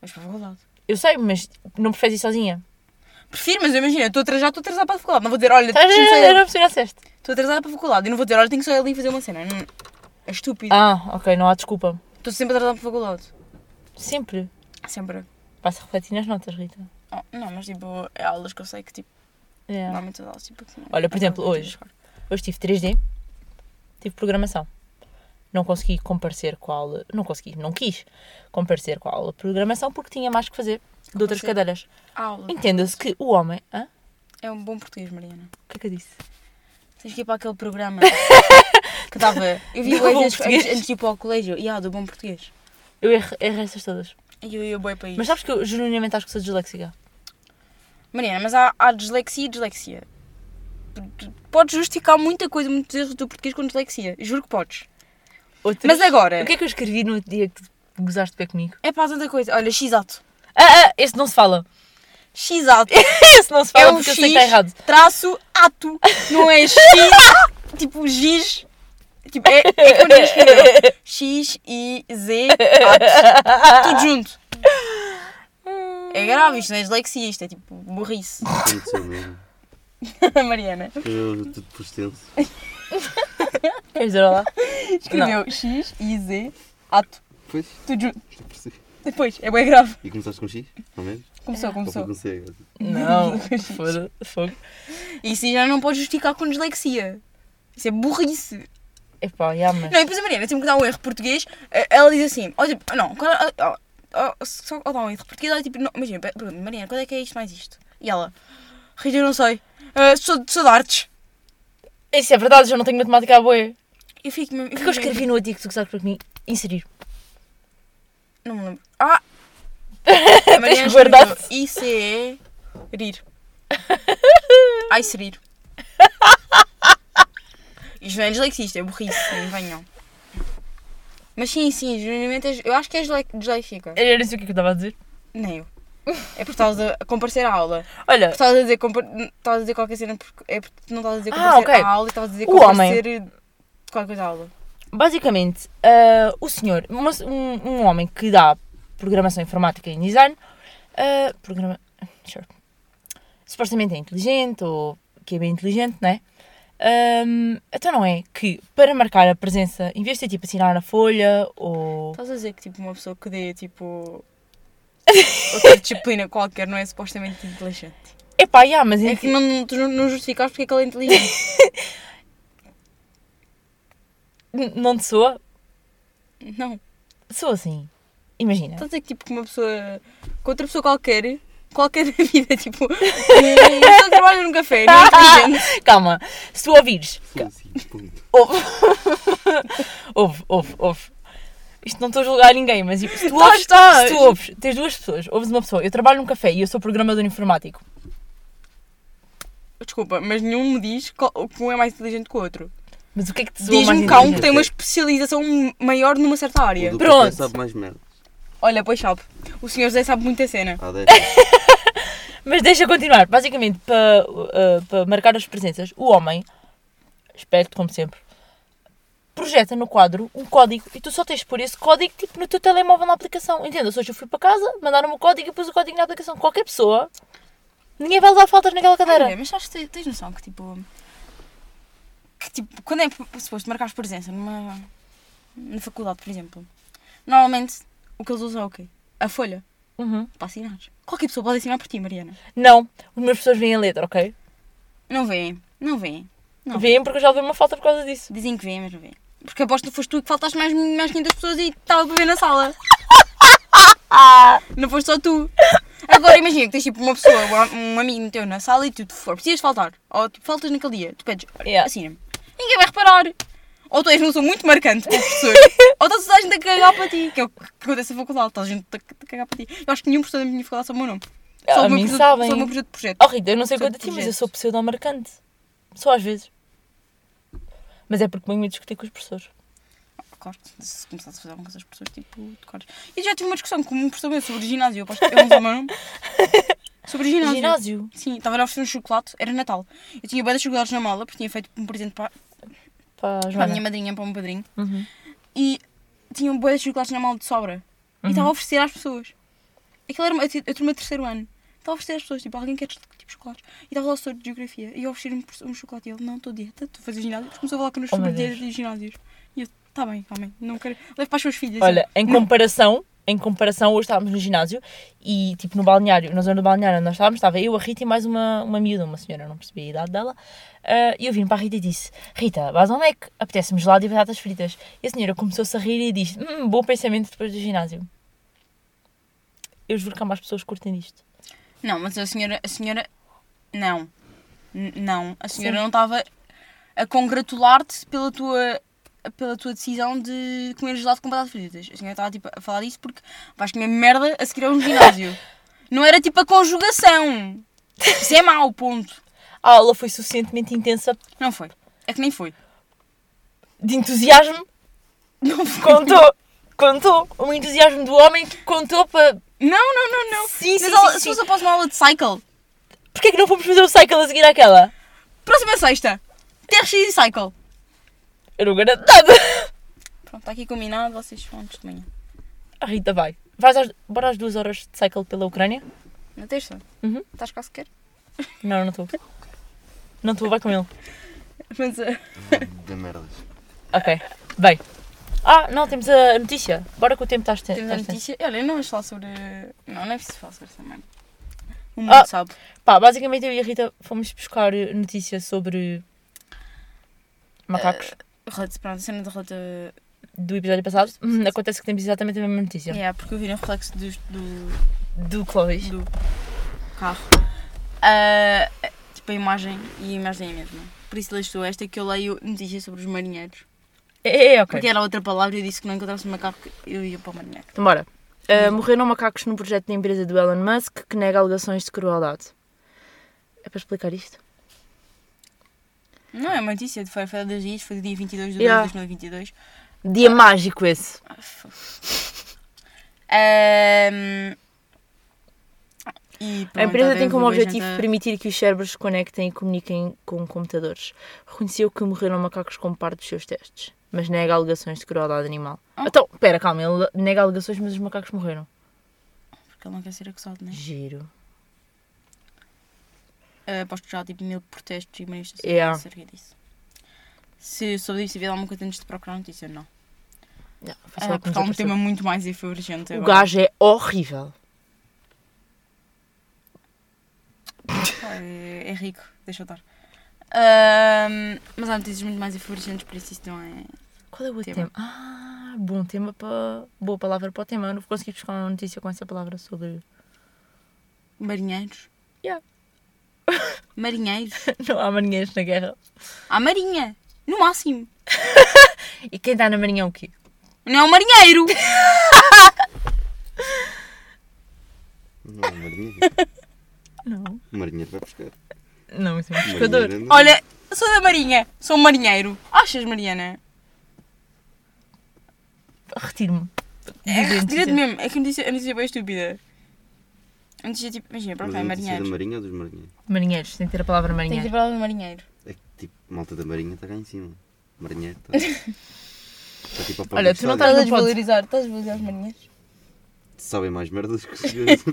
Mas para a faculdade.
Eu sei, mas não preferes ir sozinha.
Prefiro, mas imagina, eu estou atrasada, estou atrasada para a faculdade. Não vou dizer, olha,
Estás
deixa-me
a
sair.
Ah, era a opção certa.
Estou atrasada para a faculdade. Eu não vou dizer, olha, tenho que sair ali e fazer uma cena. Não, é estúpido.
Ah, ok, não há desculpa.
Estou sempre atrasada para a faculdade.
Sempre.
Sempre.
Vai-se refletir nas notas, Rita.
Oh, não, mas tipo, é aulas que eu sei que tipo,
É.
normalmente as aulas tipo. que-
Olha, por exemplo,
acabam de
hoje.
buscar.
Hoje tive 3D, tive programação. Não consegui comparecer com a aula. Não consegui, não quis comparecer com a aula de programação porque tinha mais que fazer de outras
Comparecer.
cadeiras.
Aula.
Entenda-se que o homem. Hã?
É um bom português, Mariana.
O que é que eu disse?
Tens que ir para aquele [LAUGHS] programa que estava. Eu vi
Do
bué
bom
vezes
português.
antes, antes de ir para o colégio. E ah, do bom português.
Eu erro, erro essas todas.
E eu ia boi para isso.
Mas sabes que eu genuinamente acho que sou disléxica.
Mariana, mas há, há dislexia e dislexia. Tu- tu Podes justificar muita coisa, muitos erros do português com dislexia. Juro que podes.
Outras-
Mas agora.
O que é que eu escrevi no outro dia que tu gozaste bem comigo?
É para tanta coisa. Olha, x-alto.
Ah, ah, este não se fala.
X-alto.
Esse não se fala
é um
porque eu
X
sei que está errado.
traço ato, não é
[LAUGHS]
X, tipo giz, tipo é, é como diz escrever X, I, Z, ato, tudo junto. É grave, isto não é dislexia, isto é tipo burrice. [LAUGHS]
Aconteceu mesmo.
Mariana
Eu tudo por extenso.
Queres dizer [LAUGHS] olá?
escreveu X, I, Z, ato,
Pois,
tudo junto.
isto é por si.
Depois, é bem grave.
E começaste com X? Não mesmo?
É.
Começou,
Ou foi
começou.
com C?
[LAUGHS] Não. Foda, fogo.
Isso já não pode justificar com dislexia. Isso é burrice.
Epá, já, mas.
Não, e depois a Mariana sempre que dá um erro português, eh, ela diz assim, ó, tipo, não, quando, ela- ela- ela- só ao dá um erro português, ela tipo, não, imagina, per- pergunta Mariana, quando é que é isto mais isto? E ela, Rita, eu não sei, eh, sou, sou de artes.
Isso é verdade, já não tenho matemática à boia.
Eu fico mesmo...
O que é que eu escrevi no artigo que tu gostaste para mim? Inserir.
Não me lembro.
[LAUGHS]
Ah! A Mariana
guardado?
escreveu ICE rir.
[LAUGHS]
Ai, se rir. Isto não é dislexia, isto é burrice, não venham. Mas sim, sim, geralmente és- eu acho que és disle- disléxica.
Eu não sei o que é que eu estava a dizer.
Nem eu. É porque estás a comparecer à aula. É
Olha,
Porque estás a dizer, compar... estás a dizer qualquer cena porque é porque não estás a dizer
Ah,
comparecer
ok.
à aula e estás a dizer
O
comparecer qualquer coisa à aula.
basicamente, ah, o senhor, uma- um, um homem que dá programação informática e design, ah, programa, sure. supostamente é inteligente ou que é bem inteligente, não é? Ahm, então não é que para marcar a presença, em vez de ter tipo assinar na folha ou.
Estás a dizer que tipo uma pessoa que dê tipo
[LAUGHS]
outra disciplina qualquer não é supostamente inteligente.
Epá, yeah, mas
É que não, tu não- não justificas porque é que ela
[LAUGHS]
é inteligente.
n- não te soa?
não.
É. Sou assim. Imagina.
Estás a dizer que tipo que uma pessoa. que outra pessoa qualquer. Qualquer [LAUGHS] da
[LAUGHS]
vida, tipo, eh, uma pessoa que trabalha num café, não é inteligente.
Calma, se tu ouvires
Foi assim, ponto.
Ouve. ouve, ouve, ouve. Isto não estou a julgar ninguém, mas tipo, se tu
Lá
ouves,
está.
se tu ouves, tens duas pessoas, ouves uma pessoa, eu trabalho num café e eu sou programador informático.
Desculpa, mas nenhum me diz qual, que um é mais inteligente que o outro.
Mas o que é que te soa mais
Diz-me cá um que
inteligente?
tem uma especialização maior numa certa área.
O do
Pronto.
café sabe mais merda. Ah,
Olha, pois sabe. O senhor José sabe muita cena.
Há 10
Mas deixa continuar. Basicamente, para uh, para marcar as presenças, o homem, esperto como sempre, projeta no quadro um código e tu só tens de pôr esse código tipo, no teu telemóvel na aplicação. Entenda? Ou seja, eu fui para casa, mandaram-me o código e pus o código na aplicação. Qualquer pessoa, ninguém vai levar faltas naquela cadeira.
Olha, mas acho que tens noção que tipo. Que tipo, quando é p- suposto marcares presença numa. na faculdade, por exemplo, normalmente o que eles usam é o quê? A folha.
Uhum.
Para assinar. Qualquer pessoa pode assinar por ti, Mariana.
Não, os meus professores veem a letra, ok?
Não vêem, não vêem. Não.
Vim porque eu já levei uma falta por causa disso.
Dizem que vêm, mas não vêm. Porque aposto que foste tu que faltaste mais, mais 500 pessoas e estava para ver
[LAUGHS]
na sala. Não foste só tu. Agora imagina que tens tipo uma pessoa, um um amigo teu na sala e tu te for, precisas faltar. Ou tipo, faltas naquele dia, tu pedes,
Yeah.
assina-me. Ninguém vai reparar. Ou tu és uma pessoa muito marcante para
[LAUGHS]
o professor, ou estás toda a gente a cagar para ti, que é o que acontece na faculdade, estás a gente a a cagar para ti. Eu acho que nenhum professor da minha faculdade sabe o meu nome.
Ah,
Só o
a
meu
mim
projeto-
sabem.
Só o meu projeto de projeto.
Oh, Rita, eu não sei
Sou de
quanto a ti, mas eu
projetos.
sou pseudo-marcante. Só às vezes. Mas é porque venho a discutir com os professores.
corte. Se começasse a fazer alguma coisa às pessoas, tipo, de cortes. E já tive uma discussão com um professor meu sobre ginásio. Eu aposto que ele não usou o meu nome. Sobre ginásio.
Ginásio.
Sim, estava a oferecer um chocolate, era Natal. Eu tinha boas chocolates na mala, porque tinha feito um presente para,
Pá,
para a
Joana.
minha madrinha, para o meu padrinho.
Uhum.
E tinha boas chocolates na mala de sobra.
Uhum.
E estava a oferecer às pessoas. Aquilo era, uma- eu ti- eu estou no meu terceiro ano. Estava a oferecer às pessoas, tipo, alguém quer tipo, chocolates. E estava lá o senhor de geografia. E eu ofereci um, pro- um chocolate. E ele, não, estou dieta, estou a fazer ginásio. Porque começou a falar com os
Oh, meu
sobre
Deus.
dietas e ginásios. E eu, está bem, está bem, não quero. Leve para as suas filhas.
Olha, em comparação, em comparação, hoje estávamos no ginásio e, tipo, no balneário, na zona do balneário onde nós estávamos, estava eu, a Rita e mais uma, uma miúda, uma senhora, eu não percebi a idade dela. Ah, E eu vim para a Rita e disse, Rita, vais ao Mac, apetece-me gelado e batatas fritas. E a senhora começou-se a rir e disse, hum, bom pensamento depois do ginásio. Eu juro que há mais pessoas que curtem disto.
Não, mas a senhora. A senhora. Não. N- não. A senhora não estava a congratular-te pela tua. Pela tua decisão de comer gelado com batatas fritas. A senhora estava tipo, a falar disso porque vais comer merda a seguir a um
[LAUGHS]
ginásio. não era tipo a conjugação. Isso é mau, ponto.
A aula foi suficientemente intensa
Não foi. É que nem foi.
de entusiasmo, [LAUGHS]
Não foi.
contou, contou, o entusiasmo do homem contou para...
Não, não, não, não.
Sim, sim,
Mas aula-
sim,
se
sim.
fosse após uma aula de cycle,
Porquê que não fomos fazer o cycle a seguir àquela?
próxima sexta, TRX e cycle.
Eu não garanto nada. [LAUGHS]
Pronto, está aqui combinado, vocês vão antes de manhã.
A Ah, Rita vai. Vais às, bora às duas horas de cycle pela Ucrânia?
Na terça?
Uhum.
Estás quase sequer?
Não, não estou. Não estou, vai com ele.
Mas. eh,
Da merdas.
Ok, bem. Ah, não, temos a notícia. Bora que o tempo tá está extenso.
Temos a notícia. Olha, eu não vamos falar sobre. Não, não é preciso falar sobre essa merda. O mundo
Ah.
sabe.
Pá, basicamente eu e a Rita fomos buscar eh, notícia sobre hum, macacos
Eh, Relata, pronto, a cena da relata.
do episódio passado. Hum, Acontece que temos exatamente a mesma notícia.
Yeah, porque eu vi no reflexo do, do,
Do Chloe.
do carro. Ah, tipo, a imagem e a imagem é a mesma. Por isso lês tu esta que eu leio notícias sobre os marinheiros.
É, é, ok.
Porque era outra palavra e eu disse que não encontrasse um macaco, eu ia para o marinheiro.
Então, bora. Ah, morreram macacos no projeto da empresa do Elon Musk que nega alegações de crueldade. É para explicar isto?
Não, é uma notícia, foi foi há dois dias, foi do dia 22 de
Yeah.
2 de 2022.
Dia mágico esse.
Ahm, e pronto,
A empresa tem
alguém
como
viu a
objetivo
janta-
permitir que os cérebros se conectem e comuniquem com computadores. Reconheceu que morreram macacos como parte dos seus testes, mas nega alegações de crueldade animal. Então, pera, calma, ele nega alegações, mas os macacos morreram.
Porque ele não quer ser acusado, né?
Giro.
Uh, aposto que já há tipo mil protestos e manifestações
Yeah.
acerca disso. Se sobre isso, havia alguma coisa antes de procurar notícia, não.
Não, foi só
Uh,
Ah, o que nos
porque há um
apareceu.
tema muito mais efervescente.
O
agora.
gajo é horrível.
Pá, É, é rico, deixa eu estar. Ahm, mas há notícias muito mais efervescentes, por isso isso não é.
Qual é o outro tema?
Tema.
Ah, bom tema para. Boa palavra para o tema. Eu não consegui buscar uma notícia com essa palavra sobre.
Marinheiros.
Yeah.
[LAUGHS] Marinheiros.
Não há marinheiros na guerra.
Há marinha! No máximo!
E quem está na marinha é o quê?
Não é um marinheiro!
Não, o marinheiro.
Não.
O marinheiro vai buscar.
Não, isso é um
O
pescador.
marinheiro não.
Olha, sou da marinha, sou um marinheiro. Achas, Mariana?
Retiro-me.
É,
Diz a
retira-te
notícia.
mesmo. É que a notícia, a notícia é bem estúpida. A notícia é tipo, imagina,
Mas
pronto,
a
é
notícia da
marinheiro.
marinha ou dos marinheiros?
Marinheiros, sem ter a palavra
Tem que
marinheiro.
ter palavra de marinheiro.
É que tipo, a malta da marinha está cá em cima. Marinheiro está. Está tipo a par
Olha,
do
tu não
Estás a
estádio.
não podes.
desvalorizar, estás a desvalorizar os marinheiros?
Sabem mais merdas que
[LAUGHS]
os senhores.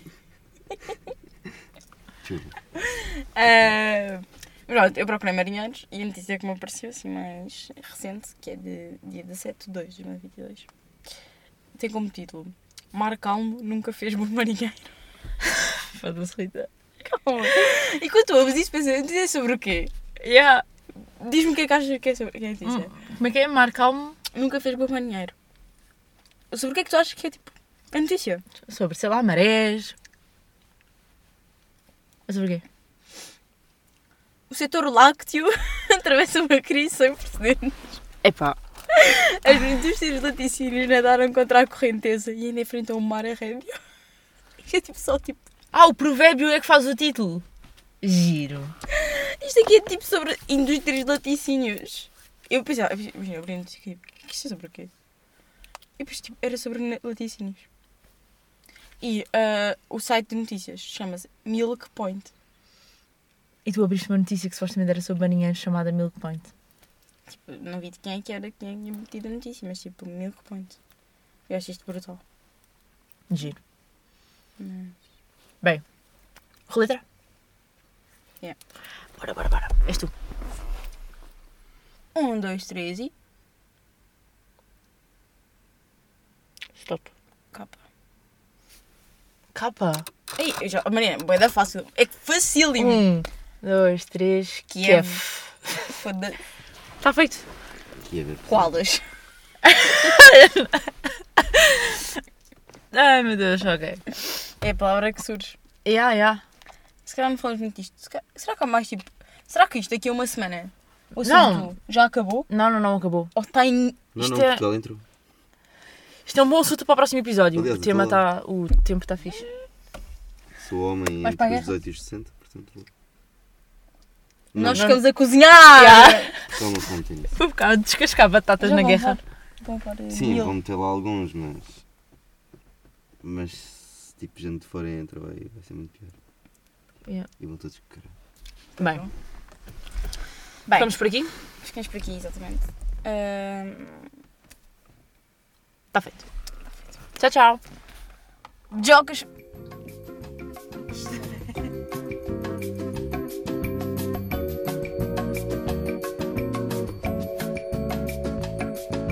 Juro.
Ah, Pronto, eu procurei marinheiros e a notícia que me apareceu, assim, mais recente, que é de dia 17 de 2 de 2022, tem como título Mar Calmo nunca fez bom [LAUGHS] marinheiro.
Foda-se, Rita.
Oh. [LAUGHS] E quando tu ouves isso, pensas, dizer sobre o é quê?
Yeah.
Diz-me o que é que achas que é, sobre- que é notícia.
Como é que é? Marca-me
Nunca fez marinheiro. Sobre o que é que tu achas que é tipo. A notícia?
sobre, sei lá, marés. Sobre o quê?
O setor lácteo [LAUGHS] atravessa uma crise sem precedentes.
Epá,
As indústrias laticínios nadaram contra a correnteza e ainda enfrentam o mar arrédio. Isto é tipo só tipo.
Ah, o provérbio é que faz o título. Giro.
Isto aqui é tipo sobre indústrias de laticínios. Eu pensava, imagina, eu abri a notícia aqui, "O que isto é sobre o quê? E depois tipo, era sobre na- laticínios. E ah, o site de notícias chama-se Milk Point.
E tu abriste uma notícia que supostamente era sobre marinheiros chamada Milk Point.
Tipo, não vi de quem é que era, quem é que tinha metido a notícia, mas tipo, Milk Point. Eu acho isto brutal.
Giro. Bem, roletra?
Yeah.
Bora, bora, bora. És tu.
Um, dois, três e.
Stop.
Capa.
Capa.
Ei, eu já. Mariana, boa, é fácil. É que facílimo.
Um, dois, três,
Kiev.
Kiev.
Foda-se.
Está Tá feito.
Aqui a ver.
Koalas.
Ai meu Deus, ok.
É a palavra que surge.
Ya, ya.
Se calhar não falamos muito disto. Se calhar- será que há mais tipo. Será que isto daqui a uma semana? O
Não.
assunto já acabou?
Não, não, não, acabou.
Ou está em.
Não,
Isto
não,
é-
Portugal entrou.
Isto é um bom assunto para o próximo episódio.
Aliás,
o tema
eu tô lá.
está. O tempo está fixe.
Sou homem
Vais para a
entre os
guerra?
18 e os 60, portanto. vou-
Nós
não,
ficamos a cozinhar!
Ya.
calma, calma, tenho isso.
Foi um bocado descascar batatas
Já
na
vão
guerra.
levar- vão levar, eh,
Sim,
milho.
vou meter lá alguns, mas. Mas se tipo gente de fora entra, vai, vai ser muito pior.
Yeah.
E vão todos caralho.
Bem,
Bem,
ficamos por aqui?
ficamos por aqui, exatamente. Ahm,
Tá Está feito. Tchau, tchau.
jogos.